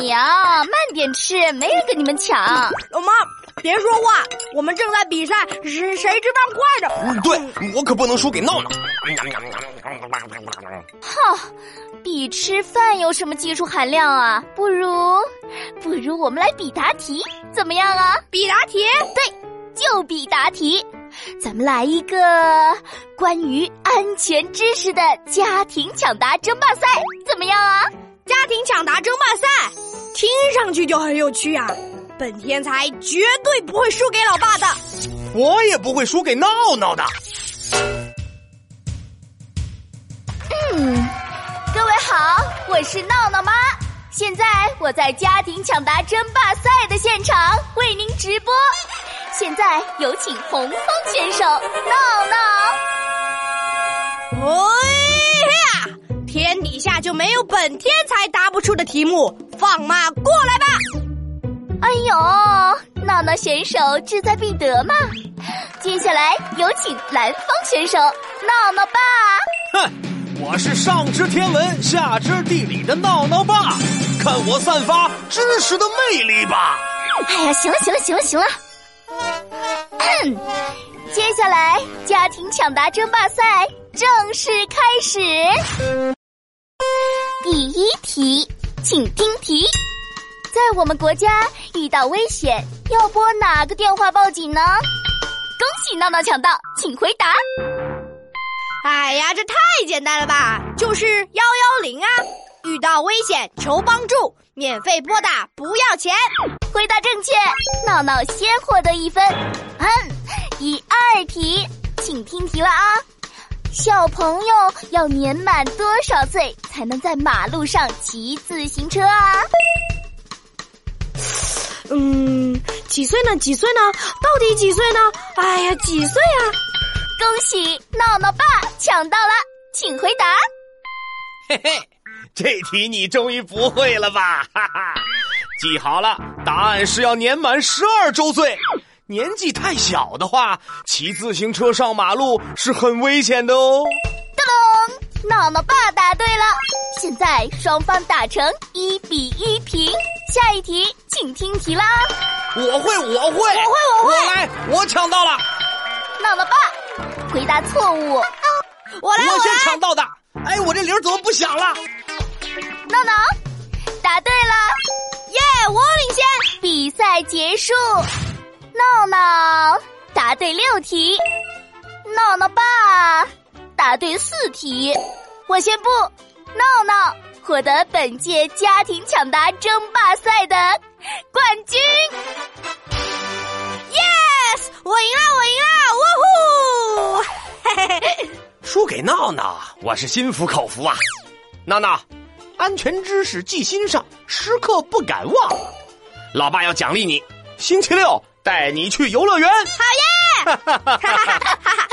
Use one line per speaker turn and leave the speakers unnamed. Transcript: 娘，哎慢点吃，没人跟你们抢。
老妈，别说话，我们正在比赛，谁谁吃饭快着。
对我可不能输给闹闹。
哼，比吃饭有什么技术含量啊？不如，不如我们来比答题，怎么样啊？
比答题，
对，就比答题。咱们来一个关于安全知识的家庭抢答争霸赛，怎么样啊？
家庭抢答争霸赛，听上去就很有趣啊！本天才绝对不会输给老爸的。
我也不会输给闹闹的。
嗯，各位好，我是闹闹妈。现在我在家庭抢答争霸赛的现场为您直播。现在有请红方选手闹
闹。哎呀，天底下就没有本天才答不出的题目，放马过来吧！
哎呦，闹闹选手志在必得嘛。接下来有请蓝方选手闹闹
爸。哼，我是上知天文下知地理的闹闹爸，看我散发知识的魅力吧！
哎呀，行了行了行了行了。嗯、接下来，家庭抢答争霸赛正式开始。第一题，请听题：在我们国家遇到危险，要拨哪个电话报警呢？恭喜闹闹抢到，请回答。
哎呀，这太简单了吧！就是幺幺零啊！遇到危险求帮助，免费拨打，不要钱。
回答正确，闹闹先获得一分。嗯，第二题，请听题了啊！小朋友要年满多少岁才能在马路上骑自行车啊？
嗯，几岁呢？几岁呢？到底几岁呢？哎呀，几岁啊？
恭喜闹闹爸抢到了，请回答。
嘿嘿， 这题你终于不会了吧？哈哈。记好了，答案是要年满十二周岁。年纪太小的话，骑自行车上马路是很危险的哦。
噔噔，闹闹爸答对了。现在双方打成一比一平。下一题，请听题啦。
我会，
会，
我会，我
我会。
我来，我抢到了。
闹闹爸回答错误。
我来，
我先抢到的。哎，我这铃怎么不响了？
闹闹答对了。
耶！我领先，
比赛结束。闹闹答对六题，闹闹爸答对四题。我宣布，闹闹获得本届家庭抢答争霸赛的冠军。
Yes！我赢了，我赢了！哇呼！嘿嘿
嘿，输给闹闹，我是心服口服啊！闹闹。安全知识记心上，时刻不敢忘。老爸要奖励你，星期六带你去游乐园。
好耶！